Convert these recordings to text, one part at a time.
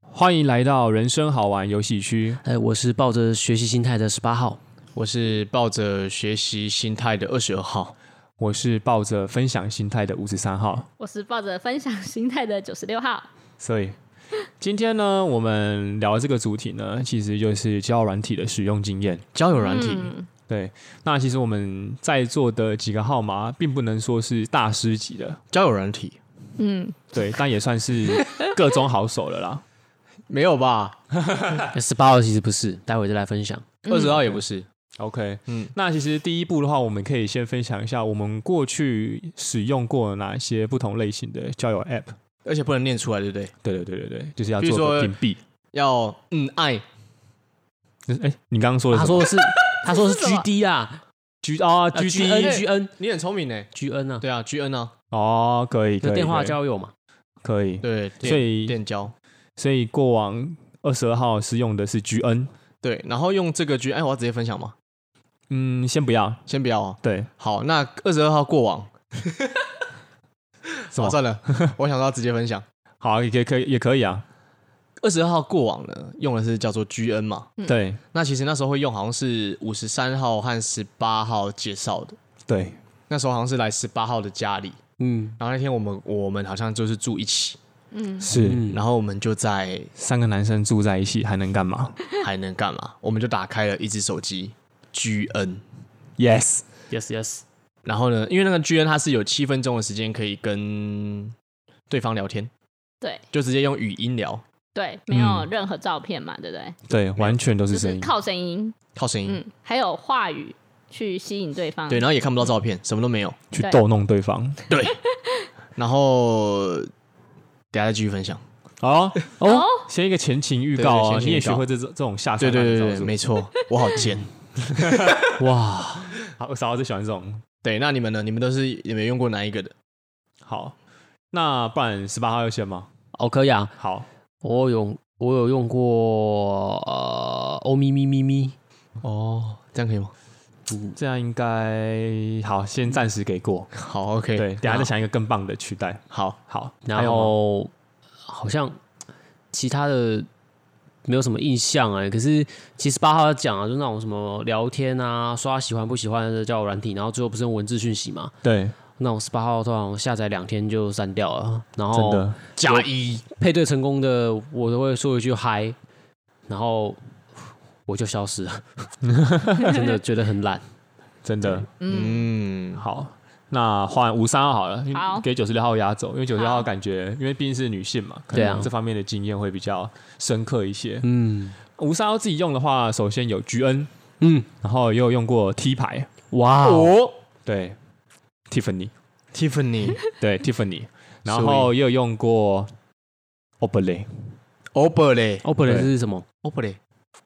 欢迎来到人生好玩游戏区。哎，我是抱着学习心态的十八号。我是抱着学习心态的二十二号，我是抱着分享心态的五十三号，我是抱着分享心态的九十六号。所以今天呢，我们聊这个主题呢，其实就是交友软体的使用经验。交友软体、嗯，对，那其实我们在座的几个号码，并不能说是大师级的，交友软体对，但也算是各中好手了 啦。没有吧？十八号其实不是，待会再来分享。二十号也不是， OK，嗯嗯，那其实第一步的话，我们可以先分享一下我们过去使用过哪些不同类型的交友 App。而且不能念出来，对不对？对对对对对，就是要比如做个说屏蔽。要嗯爱就是哎、你刚刚说的他什么？说的是，他说的是这是 G 什么 D 啊 G 啊，G G G N D G N 你很聪明呢。 G N 啊，对啊，G N 啊，哦，可以，可就以，电话可以交友嘛。可以。对，电所以电交所以过往二十二号是用的是 G N，对，然后用这个 G，哎，我要直接分享吗？嗯，先不要，先不要啊。对，好，那二十二号过 往，什么好算了， 我想到直接分享。好，也可以可以也可以啊，二十二号过往呢，用的是叫做 G N 嘛。嗯对那其实那时候会用，好像是五十三号和十八号介绍的。对，那时候好像是来十八号的家里，嗯然后那天我们我们好像就是住一起，嗯，是、嗯，然后我们就在三个男生住在一起还能干嘛还能干嘛？我们就打开了一只手机 G N， ？Yes， yes yes，然后呢，因为那个 G N 它是有七分钟的时间可以跟对方聊天，对就直接用语音聊，对，没有任何照片嘛，对不对？对，完全都就是嗯声是音，靠声音，靠声音，嗯，还有话语去吸引对方。对，然后也看不到照片，什么都没有，去对逗弄对方。然后等一下再继续分享，好、哦，哦，先一个前情预告啊、对对先你情也预告学会这这种下对三滥对的对对，招数没错，我好贱。哇，好，我嫂子喜欢这种。对，那你们呢？你们都是有没有用过哪一个的？好，那不然十八号要先吗？哦可以啊，好，我有我有用过呃，欧咪咪咪咪，哦，这样可以吗？这样应该好，先暂时给过。好，OK，对，等下再想一个更棒的取代。好，好，还然有吗后好像其他的没有什么印象哎、可是其实八号讲啊，就那种什么聊天啊，刷喜欢不喜欢的交友软体，然后最后不是用文字讯息嘛？对，那种十八号通常下载两天就删掉了，然真后的加一，配对成功的，我都会说一句嗨，然后我就消失了， 真的觉得很懒。真的嗯，嗯，好。那换五三号好了，因为好给九十六号压轴，因为九十六号好感觉，因为毕竟是女性嘛，可对啊能这方面的经验会比较深刻一些。嗯五三号自己用的话，首先有 GN，嗯，然后也有用过 T 牌，哇哦，哦对，Tiffany， ，Tiffany 对 Tiffany，然后也有用过 Oberle Oberle。哦 o p e r 是什么？ OPPO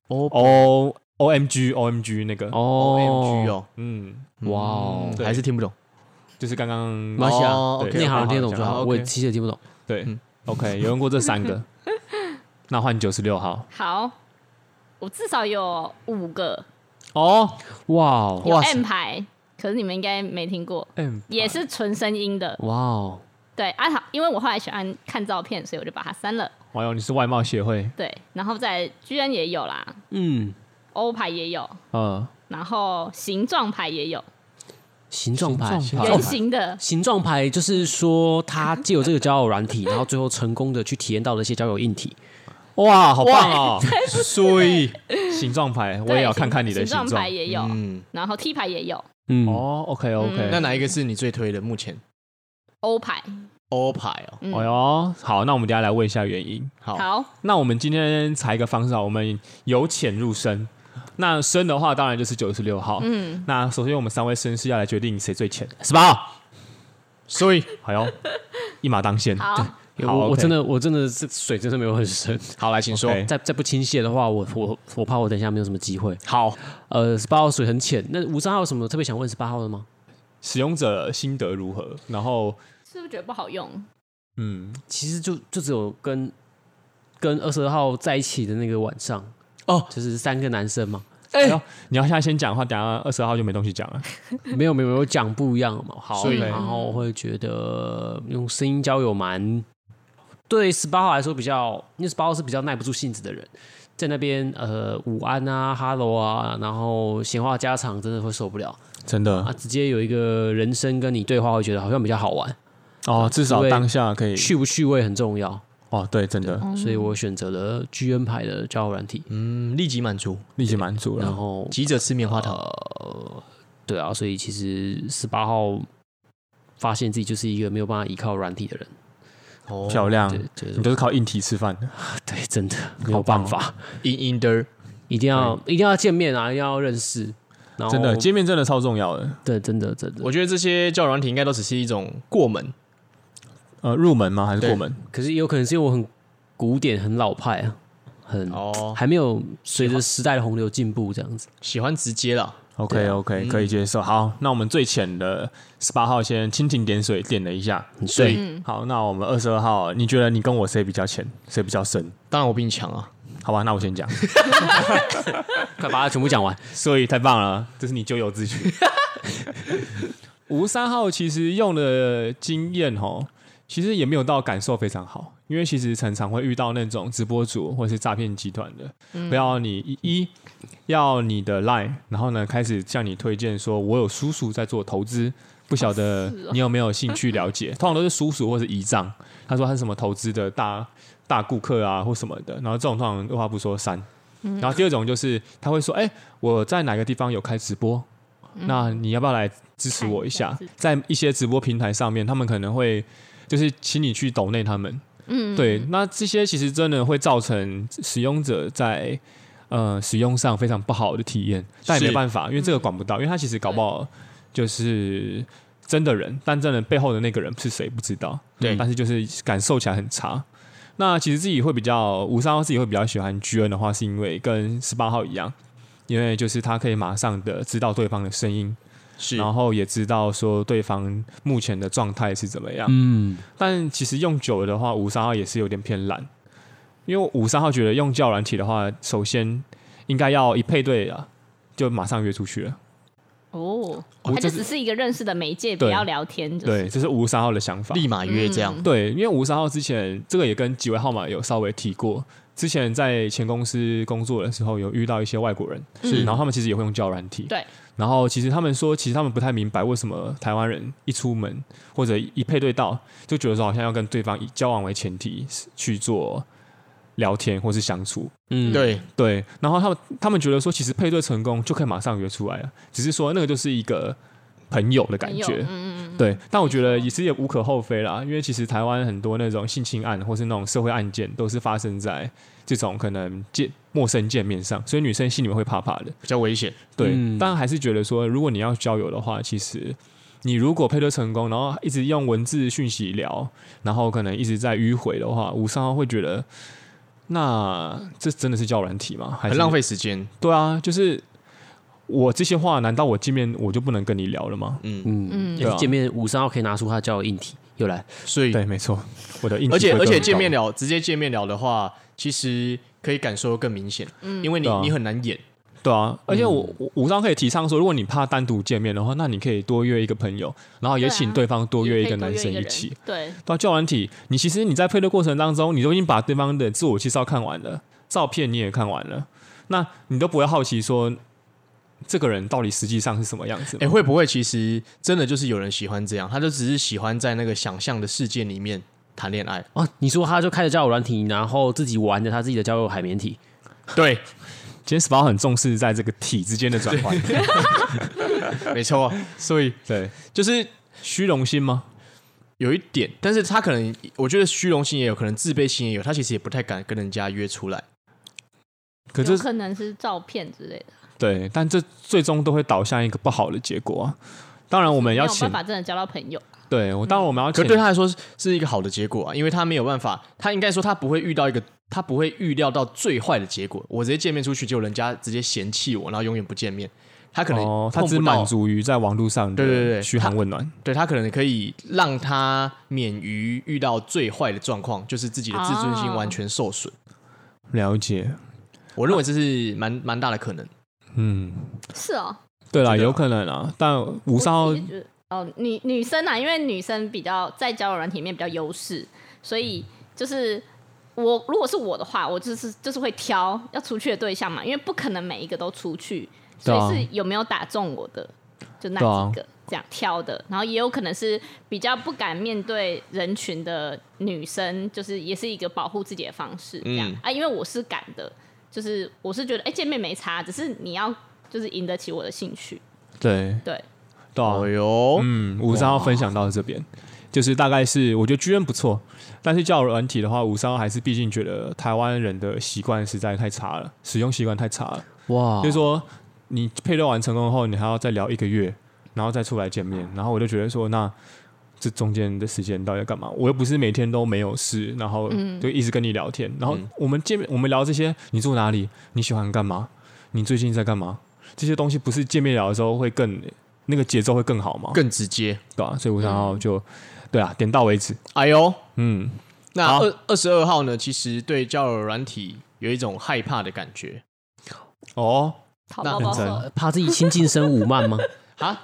O O M G O M G 那个， OMG 哦，哦，嗯，哇哦嗯对还是听不懂。就是刚刚没关系啊哦对 OK 内行人听懂就好啊好， ，OK 我也其实也听不懂。对、嗯 o k 有用过这三 个，那换九十六号好，我至少有五个哦哇哦，有哇塞 M 牌，可是你们应该没听过， ，M 也是纯声音啊的。哇哦，对，啊好，因为我后来喜欢看照片，所以我就把它删了。网友你是外貌协会，对，然后在 G N 也有啦嗯， ，O 牌也有，嗯，然后形状牌也有，形状牌，形状牌圆形的，形状牌就是说他借由这个交友软 体，然后最后成功的去体验到了一些交友硬体。哇，好棒哦， 所以，形状牌我对也要看看你的形形状牌也有，嗯，然后 T 牌也有嗯，哦，OK OK，嗯那哪一个是你最推的？目前 O 牌。 O 牌哦，嗯哎呦，好，那我们等一下来问一下原因。好，好，那我们今天采一个方式啊，我们由浅入深。那深的话，当然就是九十六号。嗯，那首先我们三位绅士要来决定谁最浅。十八号，所以好哟， 一马当先。好，好我我 OK 真的我真的是水真的没有很深，好来，请说。 OK 再再不倾泻的话，我我我怕我等一下没有什么机会。好，呃，十八号水很浅，那五三号有什么特别想问十八号的吗？使用者心得如何？然后，是不是觉得不好用？嗯，其实就就只有跟跟二十二号在一起的那个晚上，哦，就是三个男生嘛，哎呦，你要现在先讲的话，等一下二十号就没东西讲了。没有没有没有讲不一样嘛，好，所以然后我会觉得用声音交友蛮对十八号来说比较，因为十八号是比较耐不住性子的人，在那边呃午安啊、hello 啊，然后闲话家常，真的会受不了真的、啊！直接有一个人声跟你对话，会觉得好像比较好玩，哦，至因少为当下可以趣不趣味很重要，哦，对，真的嗯所以我选择了 G N 牌的交友软体，嗯，立即满足，立即满足然了。后急着吃棉花糖。对啊，所以其实十八号发现自己就是一个没有办法依靠软体的人，哦漂亮，对，就是 你都是靠硬体吃饭的，对，真的没有办法，阴阴的，一定要一定要见面啊，一定要认识，然后真的，见面真的超重要的。对，真的真的。我觉得这些交友软体应该都只是一种过门，呃，入门吗？还是对过门？可是也有可能是因为我很古典、很老派啊，很、哦，还没有随着时代的洪流进步这样子。喜欢直接啦。 OK OK，、可以接受。好，那我们最浅的十八号先蜻蜓点水点了一下。对，好，那我们二十二号，你觉得你跟我谁比较浅，谁比较深？当然我比你强啊，好吧，那我先讲。快把它全部讲完。所以太棒了，这是你咎由自 取。五十三号其实用的经验哦，其实也没有到感受非常好，因为其实常常会遇到那种直播主或是诈骗集团的，不要你一一要你的 line，然后呢开始向你推荐说，我有叔叔在做投资，不晓得你有没有兴趣了解？通常都是叔叔或是姨丈，他说他是什么投资的大大顾客啊或什么的，然后这种通常二话不说删。嗯然后第二种就是他会说，哎、我在哪个地方有开直播，那你要不要来支持我一下嗯看一下？在一些直播平台上面，他们可能会就是请你去抖内他们，嗯，对，那这些其实真的会造成使用者在呃使用上非常不好的体验，但也没是办法，因为这个管不到，因为他其实搞不好就是真的人，但真的背后的那个人是谁不知道，对但是就是感受起来很差。那其实自己会比较五三号自己会比较喜欢 G N 的话，是因为跟十八号一样，因为就是他可以马上的知道对方的声音，是然后也知道说对方目前的状态是怎么样。嗯，但其实用久了的话，五三号也是有点偏懒，因为五三号觉得用教软体的话，首先应该要一配对啊，就马上约出去了。哦，我它这就是只是一个认识的媒介，对不要聊天，就是对，这是五三号的想法。立马约这样。对，因为五十号之前这个也跟几位号码有稍微提过，之前在前公司工作的时候有遇到一些外国人，是，然后他们其实也会用教软体，嗯对，然后其实他们说，其实他们不太明白为什么台湾人一出门或者一配对到，就觉得说好像要跟对方以交往为前提去做聊天或是相处，嗯，对，对，然后他们他们觉得说，其实配对成功就可以马上约出来了，只是说那个就是一个朋友的感朋友觉，嗯嗯嗯，对，但我觉得也是也无可厚非啦，因为其实台湾很多那种性侵案或是那种社会案件，都是发生在这种可能见陌生见面上，所以女生心里面会怕怕的。比较危险。对，嗯但还是觉得说，如果你要交友的话，其实你如果配对成功，然后一直用文字讯息聊，然后可能一直在迂回的话，五三号会觉得，那这真的是交友软体吗？还是很浪费时间。对啊，就是我这些话，难道我见面我就不能跟你聊了吗？嗯对啊见面五三号可以拿出他的交友硬体，又来，所以，对，没错，我的硬而且体会而且更见高面聊，直接见面聊的话，其实可以感受更明显，因为你对啊你很难演。对啊，而且我、我我上可以提倡说，如果你怕单独见面的话，那你可以多约一个朋友，然后也对啊请对方多约一也可个以多男生个一人起。，啊对，到交友软体，你其实你在配对过程当中，你都已经把对方的自我介绍看完了，照片你也看完了，那你都不会好奇说这个人到底实际上是什么样子吗哎、？会不会其实真的就是有人喜欢这样？他就只是喜欢在那个想象的世界里面谈恋爱。哦，你说他就开着交友软体，然后自己玩着他自己的交友海绵体，对，今天 SPA 很重视在这个体之间的转换， 没错。所以 对，就是虚荣心吗？有一点，但是他可能我觉得虚荣心也有可能，自卑心也有，他其实也不太敢跟人家约出来。可有这可能是照片之类的，对，但这最终都会导向一个不好的结果啊。当然，我们没要有请办，法真的交到朋友，对我当然我们要可请对他来说是是一个好的结果啊，因为他没有办法，他应该说他不会遇到一个，他不会预料到最坏的结果。我直接见面出去，结果人家直接嫌弃我，然后永远不见面。他可能哦，他碰只不到，满足于在网络上对对的对嘘寒问暖，对他可能可以让他免于遇到最坏的状况，就是自己的自尊心哦完全受损。了解。我认为这是蛮蛮大的可能。嗯，是哦，对啦，这个有可能啊，但五我三号自己觉得哦，女女生啊，因为女生比较在交友软体里面比较优势，所以就是我如果是我的话，我就是就是会挑要出去的对象嘛，因为不可能每一个都出去，对所啊以是有没有打中我的就那对啊几个。这样挑的，然后也有可能是比较不敢面对人群的女生，就是也是一个保护自己的方式，这样、嗯啊，因为我是敢的，就是我是觉得，哎、见面没差，只是你要就是赢得起我的兴趣，对对，对啊，哦哟，嗯，五三号分享到这边，就是大概是我觉得居然不错，但是交友软体的话，五三号还是毕竟觉得台湾人的习惯实在太差了，使用习惯太差了。哇就是说你配对完成功后，你还要再聊一个月，然后再出来见面，然后我就觉得说，那这中间的时间到底要干嘛？我又不是每天都没有事，然后嗯就一直跟你聊天，然后我们见面，我们聊这些，你住哪里？你喜欢干嘛？你最近在干嘛？这些东西不是见面聊的时候会更那个节奏会更好吗？更嗯直接。对啊，所以吴三号就、对啊，点到为止。哎呦，嗯，那好二二十二号呢？其实对交友软体有一种害怕的感觉哦，淘那宝包很赞说呃怕自己亲近身五万吗？ 啊，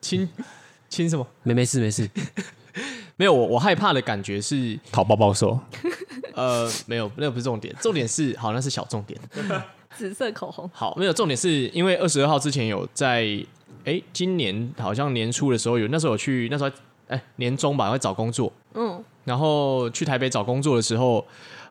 亲 亲什么？没没事没事，没有，我我害怕的感觉是讨抱抱瘦，呃，没有，那个不是重点，重点是好，那是小重点。紫色口红，好，没有重点是因为二十二号之前有在，哎，今年好像年初的时候有，那时候有去，那时候哎年中吧，会找工作，嗯，然后去台北找工作的时候，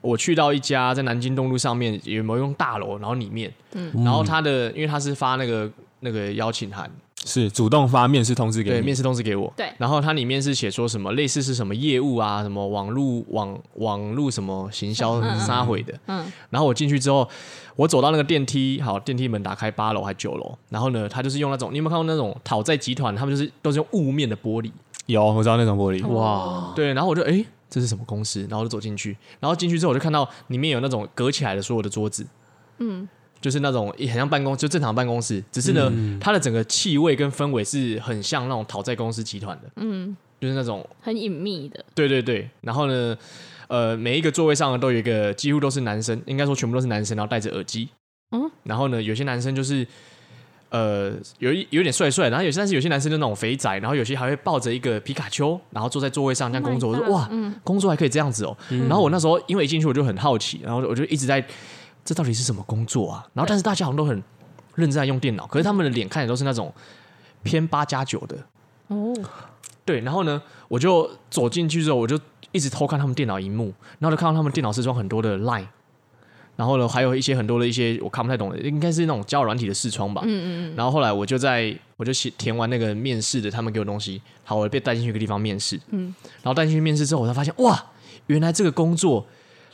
我去到一家在南京东路上面有某一栋大楼，然后里面，然后他的因为他是发那个那个邀请函，是主动发面试通知给对，你，面试通知给我。对然后它里面是写说什么类似是什么业务啊，什么网络网网络什么行销撒毁的。嗯。然后我进去之后，我走到那个电梯，好，电梯门打开八楼还九楼，然后呢，他就是用那种，你有没有看过那种讨债集团，他们就是都是用雾面的玻璃，有我知道那种玻璃，哇，对，然后我就哎。诶这是什么公司？然后我就走进去，然后进去之后我就看到里面有那种隔起来的所有的桌子，嗯，就是那种也很像办公，就正常办公室，只是呢，它的整个气味跟氛围是很像那种讨债公司集团的，嗯，就是那种很隐秘的，对对对，然后呢，呃，每一个座位上都有一个，几乎都是男生，应该说全部都是男生，然后戴着耳机。嗯，然后呢，有些男生就是，呃，有一有点帅帅，然后有些但是有些男生就那种肥宅，然后有些还会抱着一个皮卡丘，然后坐在座位上这样工作。我 Oh my 说 God，哇，嗯工作还可以这样子哦。然后我那时候因为一进去我就很好奇，然后我就一直在，这到底是什么工作啊？然后但是大家好像都很认真在用电脑，可是他们的脸看起来都是那种偏八加九的，哦，对，然后呢，我就走进去之后，我就一直偷看他们电脑荧幕，然后就看到他们电脑是装很多的 Line，然后呢，还有一些很多的一些我看不太懂的，应该是那种交友软体的视窗吧。嗯嗯嗯，然后后来我就在我就写填完那个面试的他们给我东西，好，我被带进去一个地方面试，嗯然后带进去面试之后，我才发现哇，原来这个工作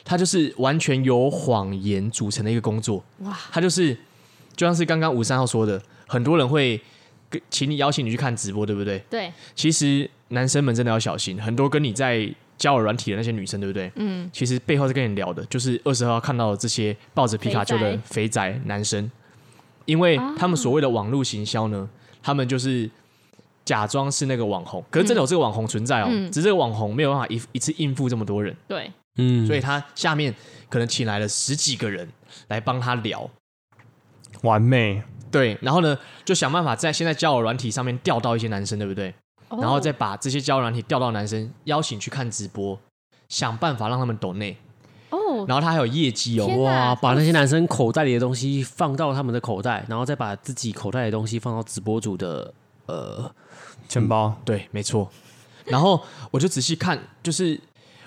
它就是完全由谎言组成的一个工作，哇，它就是就像是刚刚五三号说的，很多人会跟请你邀请你去看直播，对不对？对，其实男生们真的要小心，很多跟你在交友软体的那些女生，对不对？嗯，其实背后在跟你聊的，就是二十号看到的这些抱着皮卡丘的肥宅男生，因为他们所谓的网络行销呢，他们就是假装是那个网红，可是真的有这个网红存在哦，嗯只是这个网红没有办法一一次应付这么多人，对，嗯，所以他下面可能请来了十几个人来帮他聊，完美，对，然后呢就想办法在现在交友软体上面钓到一些男生，对不对？哦然后再把这些交友软体调到男生，邀请去看直播，想办法让他们抖内，哦，然后他还有业绩哦天。哇，哪把那些男生口袋里的东西放到他们的口袋，然后再把自己口袋里的东西放到直播主的呃，钱包对，没错。然后我就仔细看，就是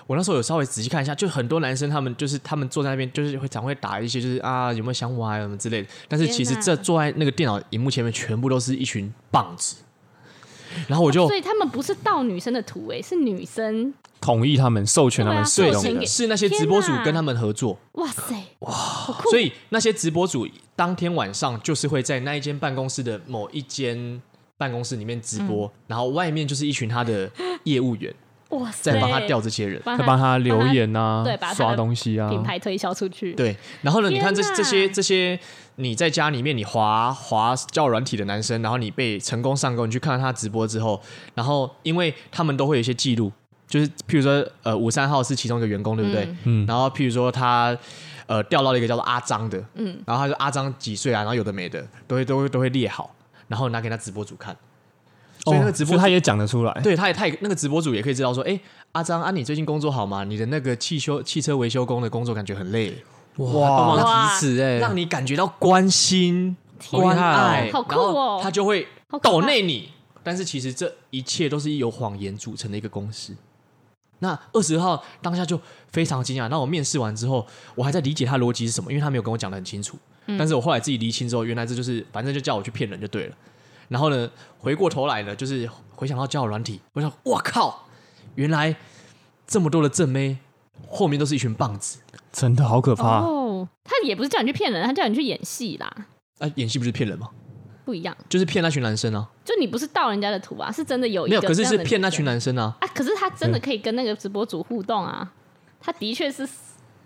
我那时候有稍微仔细看一下，就很多男生他们就是他们坐在那边，就是会常会打一些就是啊有没有想我啊什么之类的。但是其实天哪这坐在那个电脑荧幕前面，全部都是一群棒子。然后我就所以他们不是盗女生的图诶，是女生，同意他们授权他对们啊使对用授权的给是那些直播主天哪跟他们合作，哇塞，所以那些直播主当天晚上就是会在那一间办公室的某一间办公室里面直播，然后外面就是一群他的业务员哇塞，在帮他调这些人。帮他帮他留言啊，对把他的刷东西啊，品牌推销出去，对，然后呢？你看这天哪这些这些你在家里面你滑滑叫软体的男生，然后你被成功上钩，你去看他直播之后，然后因为他们都会有一些记录，就是譬如说呃五三号是其中一个员工，对不对？嗯然后譬如说他呃调到了一个叫做阿张的，嗯，然后他说阿张几岁啊，然后有的没的都会都会都会列好，然后拿给他直播主看。所以那个直播哦所以他主也讲得出来。对，他也太那个直播主也可以知道说，哎、阿张啊，你最近工作好吗？你的那个汽修汽车维修工的工作感觉很累，哇，帮忙哇提词哎，让你感觉到关心、好厉关害哦爱，好酷然后哦他就会好可怕抖内你。但是其实这一切都是由谎言组成的一个公式。那二十号当下就非常惊讶。那我面试完之后，我还在理解他逻辑是什么，因为他没有跟我讲的很清楚。嗯但是我后来自己厘清之后，原来这就是反正就叫我去骗人就对了。然后呢，回过头来呢，就是回想到交友软体，我想，我靠，原来这么多的正妹后面都是一群棒子。真的好可怕。哦，他也不是叫你去骗人，他叫你去演戏啦，啊，演戏不是骗人吗？不一样。就是骗那群男生啊，就你不是盗人家的图啊，是真的有一没个有，可是这样是的骗那女生群男生啊。啊，可是他真的可以跟那个直播主互动啊，他的确是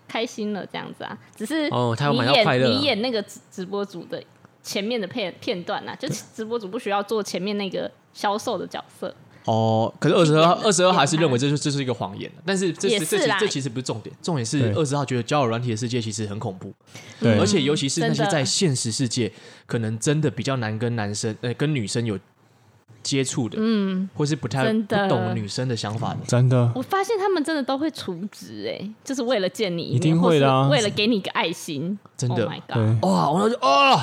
开心了这样子啊，只是哦他有你买到演快乐你演那个直直播主的前面的片片段啊，就是直播主不需要做前面那个销售的角色，哦，可是二十骗二的二十二还是骗他认为这是这是一个谎言，啊但是这也这是这啦这其实不是重点，重点是对二十号觉得交友软体的世界其实很恐怖，对嗯而且尤其是那些真的在现实世界可能真的比较难跟男生呃跟女生有接触的，嗯，或是不太真不的懂女生的想法的，真的，我发现他们真的都会除职哎、就是为了见你一面，一定会的啊或是为了给你一个爱心，真的 Oh my god！对，哇，我就哦。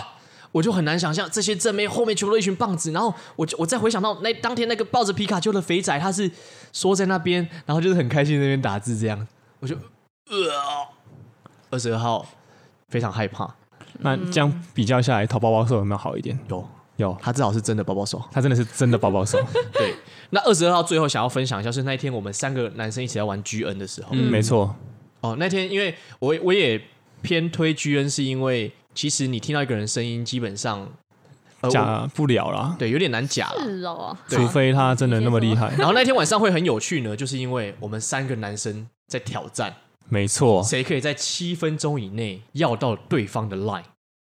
我就很难想象这些正妹后面全部都一群棒子，然后我就我再回想到那当天那个抱着皮卡丘的肥仔，他是缩在那边，然后就是很开心在那边打字这样，我就呃，二十二号非常害怕，那嗯这样比较下来，淘宝包手有没有好一点？有有，他至少是真的包包手。他真的是真的包 包手。对，那二十二号最后想要分享一下是那一天我们三个男生一起在玩 GN 的时候，嗯，没错，哦，那天因为我我也偏推 GN 是因为其实你听到一个人声音基本上呃我假不了啦，对有点难假了。是哦，除非他真的那么厉害。然后那天晚上会很有趣呢，就是因为我们三个男生在挑战， 没哦错，谁可以在七分钟以内要到对方的 line。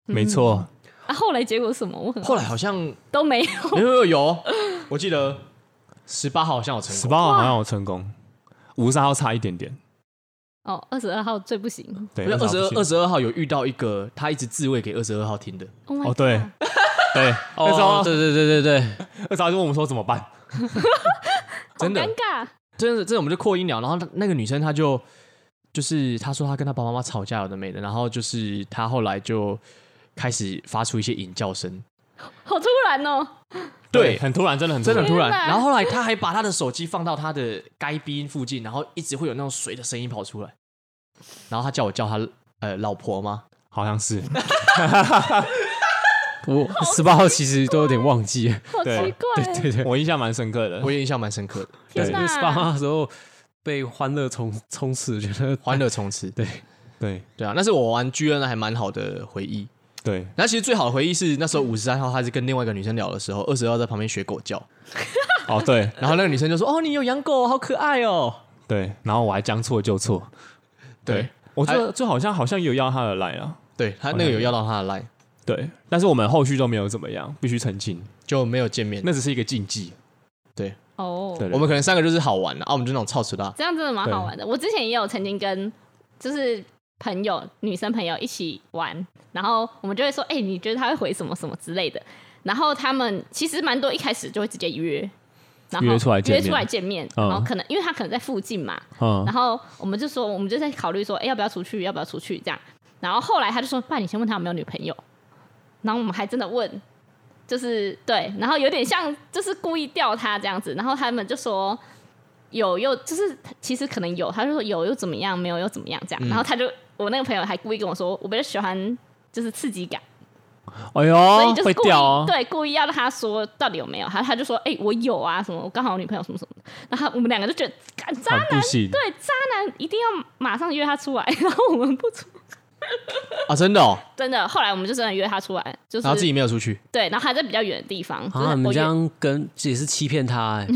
没错，啊，后来结果是什么？我很后来好像有哦都没有，有有有，我记得十八号好像有成十功，八号好像有成功，五十三号差一点点。哦，二十二号最不行对，二十52二不二行十二号有遇到一个他一直自慰给二十二号听的， ，Oh my 哦 god！对对，那时哦，候对对对对对，二十号就问我们说怎么办？好真的尴尬，真的真的我们就扩音聊，然后那那个女生她就就是她说她跟她爸爸妈妈吵架有的没的，然后就是她后来就开始发出一些引叫声，好突然哦，对很突然，真的很突真的然很突然。天哪然后后来他还把他的手机放到他的该鼻音附近，然后一直会有那种水的声音跑出来。然后他叫我叫他呃老婆吗？好像 是我十八号其实都有点忘记了，好对奇怪，对对对，我印象蛮深刻的我。也印象蛮深刻的，天因为十八哪！号的时候被欢乐充充斥，觉得欢乐从此。对对对啊，那是我玩 G N 还蛮好的回忆。对，然后其实最好的回忆是那时候五十三号，他是跟另外一个女生聊的时候，二十号在旁边学狗叫，哦对然后那个女生就说：“哦，你有养狗，好可爱哦。对，然后我还将错就错。对，我觉还得这好像好像有要他的来啊。”对他那个有要到他的 line，对，但是我们后续都没有怎么样，必须澄清，就没有见面。那只是一个禁忌。哦，对，我们可能三个就是好玩啊，我们就那种操持的啊，这样真的蛮好玩的。我之前也有曾经跟就是朋友女生朋友一起玩，然后我们就会说，哎、你觉得他会回什么什么之类的。然后他们其实蛮多一开始就会直接约，然后约出来见约面出来见面，嗯然后可能因为他可能在附近嘛，嗯然后我们就说我们就在考虑说，哎、要不要出去，要不要出去这样。然后后来他就说，不然你先问他有没有女朋友。然后我们还真的问，就是对，然后有点像就是故意吊他这样子，然后他们就说有又就是其实可能有，他就说有又怎么样，没有又怎么样这嗯样，然后他就我那个朋友还故意跟我说，我比较喜欢就是刺激感，哎所以呦就，会是故意、掉哦。对故意要让他说到底有没有，他他就说哎、我有啊什么，我刚好有女朋友什么什么的，然后我们两个就觉得干渣很不行，对渣男一定要马上约他出来， 然后我们不出，啊真的哦。真的后来我们就真的约他出来，就是然后自己没有出去，对，然后还在比较远的地方，就是啊，你我们这约样跟也是欺骗他哎，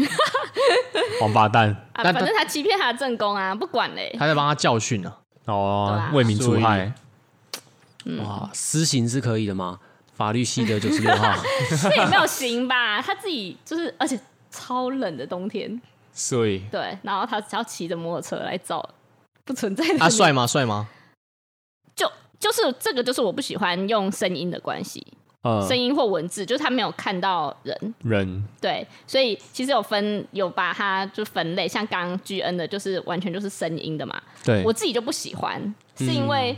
王八蛋啊，那反正他欺骗他的正宫啊，不管 嘞。他在帮他教训呢、对哦啊，为民除所害。嗯哇，私刑是可以的吗？法律系的九十六 号，这也没有行吧？他自己就是，而且超冷的冬天，所以对，然后他只要骑着摩托车来找不存在的他、人 啊帅吗？帅吗？就就是这个就是我不喜欢用声音的关系，嗯呃声音或文字，就是他没有看到人，人对，所以其实有分有把它就分类，像刚刚 G N 的，就是完全就是声音的嘛，对嗯我自己就不喜欢，是因为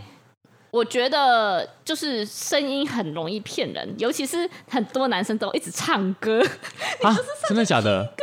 我觉得就是声音很容易骗人，尤其是很多男生都一直唱歌， 啊，真的假的？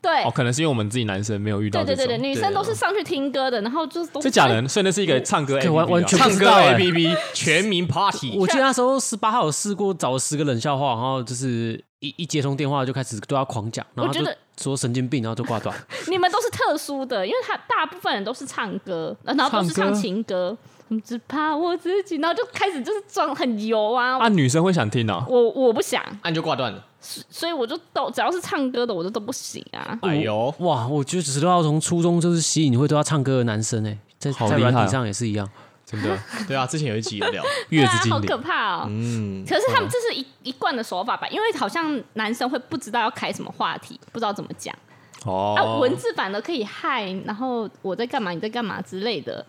对哦，，可能是因为我们自己男生没有遇到对这对种，对对，女生都是上去听歌的，然后就是都这假人，所以那是一个唱歌 APP，对啊完完全唱不知歌道欸 APP 全民 Party，我记得那时候十八号有试过找十个冷笑话，然后就是一一接通电话就开始对他狂讲，然后他就我觉得说神经病，然后就挂断。 你哎们都是特殊的，因为他大部分人都是唱歌，呃然后都是唱歌唱情歌，嗯只怕我自己，然后就开始就是装很油啊。啊，女生会想听哦。我我不想，按就挂断了。所以我就都只要是唱歌的，我就都不行啊。哎呦，哇，我觉得只要从初中就是吸引会对他唱歌的男生哎、在好在厉害软啊体上也是一样。真的，对啊，之前有一集有 聊，月对子啊，精好灵可，怕哦。嗯，可是他们这是一一贯的手法吧？因为好像男生会不知道要开什么话题，不知道怎么讲。啊，哦文，字版的可以嗨，然后我在干嘛，你在干嘛之类的，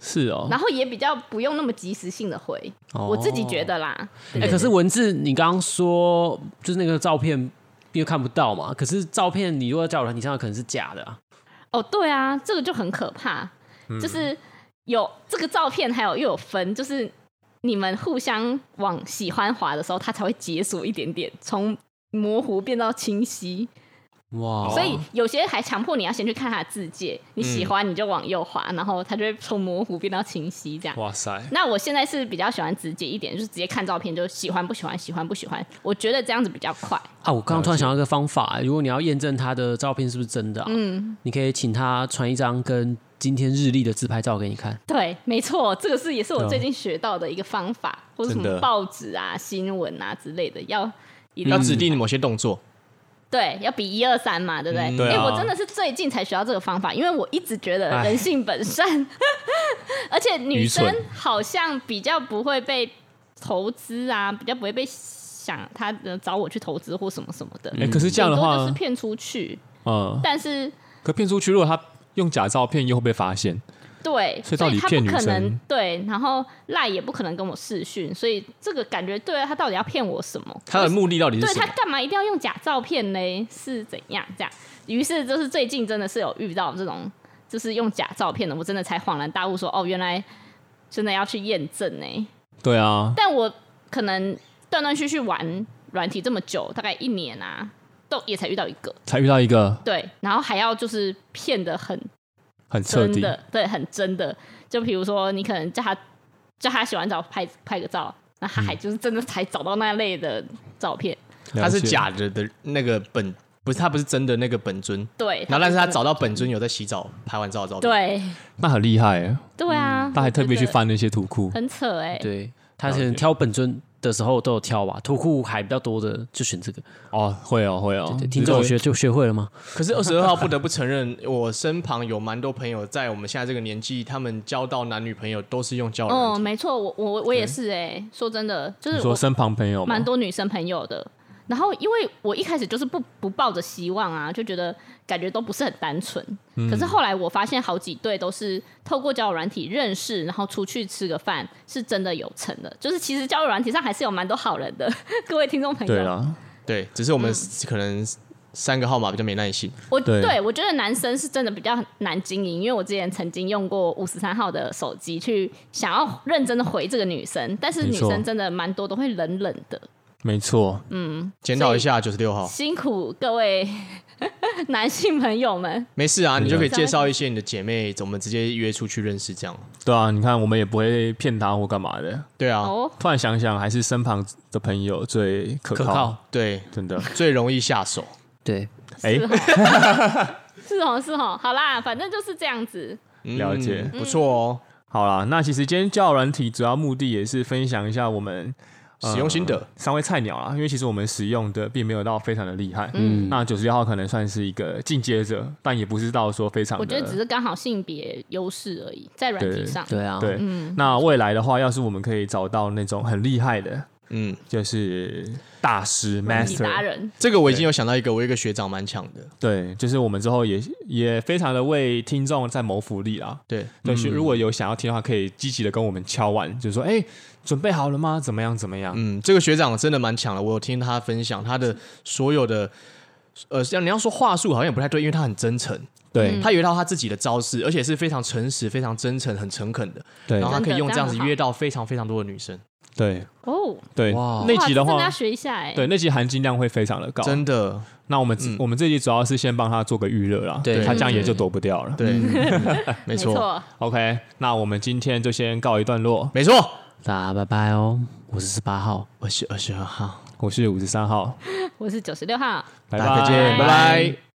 是哦，然后也比较不用那么及时性的回。我自己觉得啦，哎、可是文字你刚刚说就是那个照片，因为看不到嘛，可是照片你如果在我软体上可能是假的啊。哦，对啊，这个就很可怕，就是有这个照片，还有又有分，就是你们互相往喜欢滑的时候，它才会解锁一点点，从模糊变到清晰。哇，所以有些还强迫你要先去看他的字界，你喜欢你就往右滑，然后它就会从模糊变到清晰这样。哇塞，那我现在是比较喜欢直接一点，就是直接看照片就喜欢不喜欢，喜欢不喜欢，我觉得这样子比较快。啊，我刚刚突然想到一个方法、欸如果你要验证他的照片是不是真的、啊，嗯，你可以请他传一张跟今天日历的自拍照给你看。对，没错，这个是也是我最近学到的一个方法，或者什啊真的么报纸啊、新闻啊之类的，要一定要指定某些动作，对，要比一二三嘛，对不对？哎、嗯对啊我真的是最近才学到这个方法，因为我一直觉得人性本善， 而且女愚生蠢好像比较不会被投资啊，比较不会被想她呃找我去投资或什么什么的。哎，可是这样的嗯顶多就话是，骗出去，嗯，但是可骗出去，如果他用假照片又会被发现，对，所以所到底他骗不女可能生对，然后赖也不可能跟我视讯，所以这个感觉对啊，他到底要骗我什么？他的目的到底是对什他么？干嘛一定要用假照片嘞？是怎样这样？于是就是最近真的是有遇到这种，就是用假照片的，我真的才恍然大悟说，哦，原来真的要去验证呢。对啊，但我可能断断续续玩软体这么久，大概一年啊，都也才遇到一个，才遇到一个对，然后还要就是骗的很很彻真底，的，对，很真的。就比如说，你可能叫他叫他洗完澡拍拍个照，那他嗯还就是真的才找到那类的照片，了他是解假的的那个本，不是他不是真的那个本尊，对。然后但是他真的找到本尊有在洗澡拍完照的照片，对那很厉害耶，对啊，嗯他还我特别觉去得翻那些图库，很扯哎、对，他可了能解挑本尊的时候都有挑吧，图库还比较多的就选这个。哦，会哦，会哦，听众有只是学就学会了吗？可是二十二号不得不承认， 我身旁有蛮多朋友在我们现在这个年纪，他们交到男女朋友都是用交友软哦，件。没错，我我我也是哎、说真的，就你是说我身旁朋友吗蛮多女生朋友的。然后，因为我一开始就是不不抱着希望啊，就觉得感觉都不是很单纯。嗯可是后来我发现，好几对都是透过交友软体认识，然后出去吃个饭，是真的有成的。就是其实交友软体上还是有蛮多好人的， 各位听众朋对啊友。啦，对，只是我们可能三个号码比较没耐心。我对对我觉得男生是真的比较难经营，因为我之前曾经用过五十三号的手机去想要认真的回这个女生，但是没女错生真的蛮多都会冷冷的，没错，嗯检讨一下九十六号，辛苦各位 男性朋友们。没事啊，你就可以对啊介绍一些你的姐妹，我们直接约出去认识这样。对啊，你看我们也不会骗他或干嘛的。对啊，哦，突然想想，还是身旁的朋友最可靠，可靠对，真 的。最容易下手。对，哎、是哦，是哦，是哦，好啦，反正就是这样子。嗯了解不错哦，好啦，那其实今天交友软体主要目的也是分享一下我们嗯使用心得。三位菜鸟啦，因为其实我们使用的并没有到非常的厉害。嗯，那九十六号可能算是一个进阶者，但也不是到说非常的。我觉得只是刚好性别优势而已，在软体上。对啊，嗯对，那未来的话，要是我们可以找到那种很厉害的，嗯，就是大师嗯你达 master，人，这个我已经有想到一个，我有一个学长蛮强的，对，就是我们之后也也非常的为听众在谋福利啦。对，对，嗯是如果有想要听的话，可以积极的跟我们敲完，就是说，哎、准备好了吗？怎么样？怎么样？嗯，这个学长真的蛮强的，我有听他分享他的所有的，呃，像你要说话术好像也不太对，因为他很真诚，对、嗯他有一套他自己的招式，而且是非常诚实、非常真诚、很诚恳的，对然后他可以用这样子真的约到非常非常多的女生，对哦，对，哇那哇集的这真的话要，学一下哎，对那集含金量会非常的高。哦真的，那我们、嗯我们这集主要是先帮他做个预热啦，对他这样也嗯就躲不掉了。对，没 没错，错， OK，那我们今天就先告一段落。没错，大家拜拜哦，我是十八号。我是二十二号，我是五十三号，我是九十六号。拜大家拜，再见，拜拜